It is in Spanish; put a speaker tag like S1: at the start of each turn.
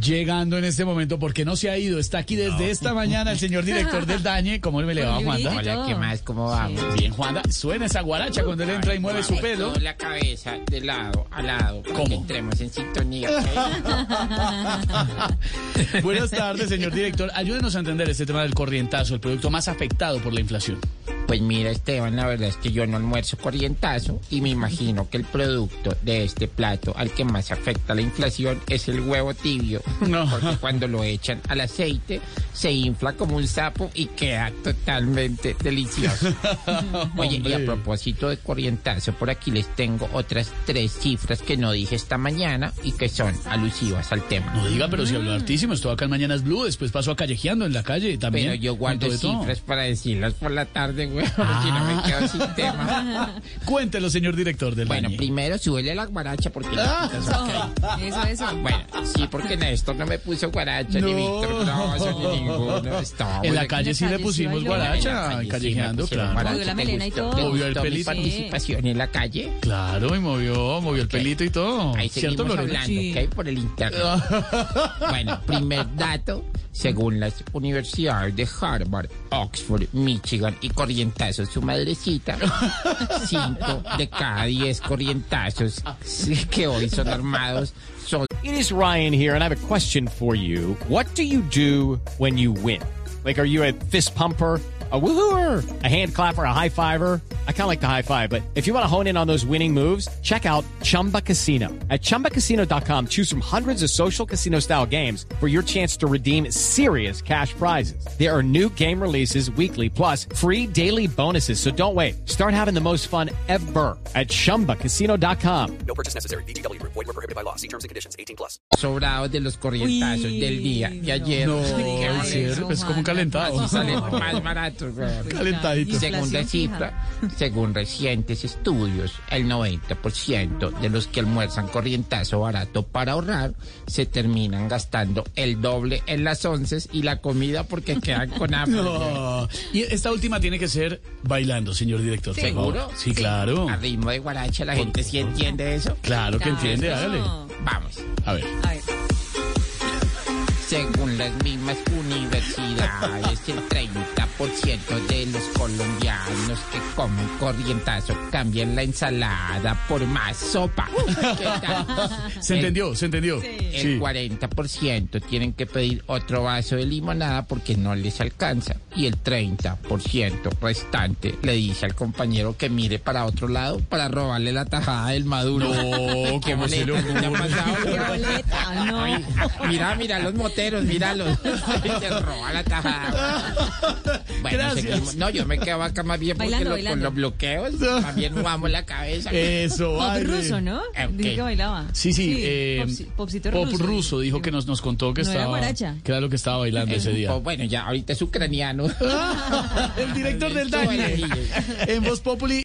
S1: Llegando en este momento, porque no se ha ido, está aquí desde esta mañana el señor director del Dañe. ¿Cómo le va, Juanda?
S2: Hola, ¿qué más? ¿Cómo vamos?
S1: Bien, Juanda, suena esa guaracha cuando él entra y mueve su pelo.
S2: Con la cabeza de lado a lado. para
S1: ¿Cómo?
S2: Que entremos en sintonía.
S1: Buenas tardes, señor director. Ayúdenos a entender este tema del corrientazo, el producto más afectado por la inflación.
S2: Pues mira, Esteban, la verdad es que yo no almuerzo corrientazo y me imagino que el producto de este plato al que más afecta la inflación es el huevo tibio.
S1: No.
S2: Porque cuando lo echan al aceite, se infla como un sapo y queda totalmente delicioso. Oye, y a propósito de corrientazo, por aquí les tengo otras tres cifras que no dije esta mañana y que son alusivas al tema.
S1: No diga, pero si habló
S2: Mm.
S1: hartísimo, estuvo acá en Mañanas Blue, después pasó a callejeando en la calle también.
S2: Pero yo guardo
S1: contó de todo.
S2: cifras para decirlas por la tarde, güey, porque no me quedo
S1: Ah.
S2: sin tema.
S1: Cuéntelo, señor director del
S2: Bueno,
S1: Dañe.
S2: primero súbele la guaracha porque
S1: Ah.
S2: ya te saca
S3: Eso, eso.
S2: ahí. Bueno, sí, porque Néstor no me puso guaracha, ni
S1: No.
S2: Víctor Broso, ni ninguno. Estábamos
S1: En la calle sí
S3: En la
S1: le
S3: calle
S1: pusimos
S3: sí bailó.
S1: guaracha, en callejeando, claro.
S3: Movió la melena y todo.
S1: Movió
S2: Movió
S1: el
S2: el
S1: pelito.
S2: participación en la calle.
S1: Claro, y movió, movió el pelito y todo.
S2: Ahí
S1: Oh, ¿Cierto,
S2: seguimos
S1: Lorena?
S2: hablando, ¿ok? Por el internet. bueno, primer dato. Según las universidades de Harvard, Oxford, Michigan y Corrientazos, su madrecita, cinco de cada diez corrientazos sí, que hoy son armados son
S4: It is Ryan here, and I have a question for you. What do you do when you win? Like, are you a fist pumper? A woohooer, a hand clapper, a high fiver. I kind of like the high five, but if you want to hone in on those winning moves, check out Chumba Casino. At chumbacasino.com, choose from hundreds of social casino style games for your chance to redeem serious cash prizes. There are new game releases weekly, plus free daily bonuses. So don't wait. Start having the most fun ever at chumbacasino.com.
S5: No purchase necessary. VGW Group. Void were prohibited by law. See terms and conditions. 18 plus.
S2: sobrados de los corrientazos
S3: Uy,
S2: del día de
S3: no.
S2: ayer.
S1: No,
S2: Que
S1: es cierto, es como un calentado.
S2: así salen más baratos, weón.
S1: Calentadito.
S2: Segunda
S3: Inflación
S2: cifra, según recientes estudios, el 90% de los que almuerzan corrientazo barato para ahorrar se terminan gastando el doble en las onces y la comida porque quedan con hambre.
S1: No. Ah, Y esta última tiene que ser bailando, señor director. por favor.
S2: ¿Seguro?
S1: Sí, claro.
S2: A ritmo de guaracha, la gente sí entiende eso.
S1: Claro que entiende,
S3: Claro.
S1: hágale.
S2: Vamos.
S1: A ver.
S3: A ver.
S2: Según las mismas universidades, el 30% de los colombianos que comen corrientazo cambian la ensalada por más sopa. ¿Qué tal?
S1: Se
S2: El-
S1: entendió, se entendió.
S2: El
S1: Sí.
S2: 40% tienen que pedir otro vaso de limonada porque no les alcanza. Y el 30% restante le dice al compañero que mire para otro lado para robarle la tajada del maduro.
S1: No,
S2: Qué
S1: Oh, ¿cómo se le
S2: boleta, ¿no te ha
S1: ocurre?
S2: pasado?
S3: Boleta, no.
S2: Ay, mira, mira los moteros, míralos. Se roba la tajada. Bueno,
S1: Gracias.
S2: seguimos. No, yo me quedo acá más bien porque
S3: Bailando,
S2: lo- con
S3: bailando.
S2: los bloqueos también jugamos la cabeza.
S1: Eso,
S3: Pop
S1: baile.
S3: ruso, ¿no?
S2: Eh, ok.
S3: Dije que bailaba.
S1: Sí, sí. eh,
S3: popsi- popsito
S1: pop
S3: ruso.
S1: ruso dijo que nos, nos contó que
S3: No era
S1: estaba.
S3: guaracha.
S1: que era lo que estaba bailando ese día.
S2: Oh, bueno, ya ahorita es ucraniano.
S3: Ah.
S1: El director del
S2: Todo el
S1: Dañe.
S2: día.
S1: En Voz Populi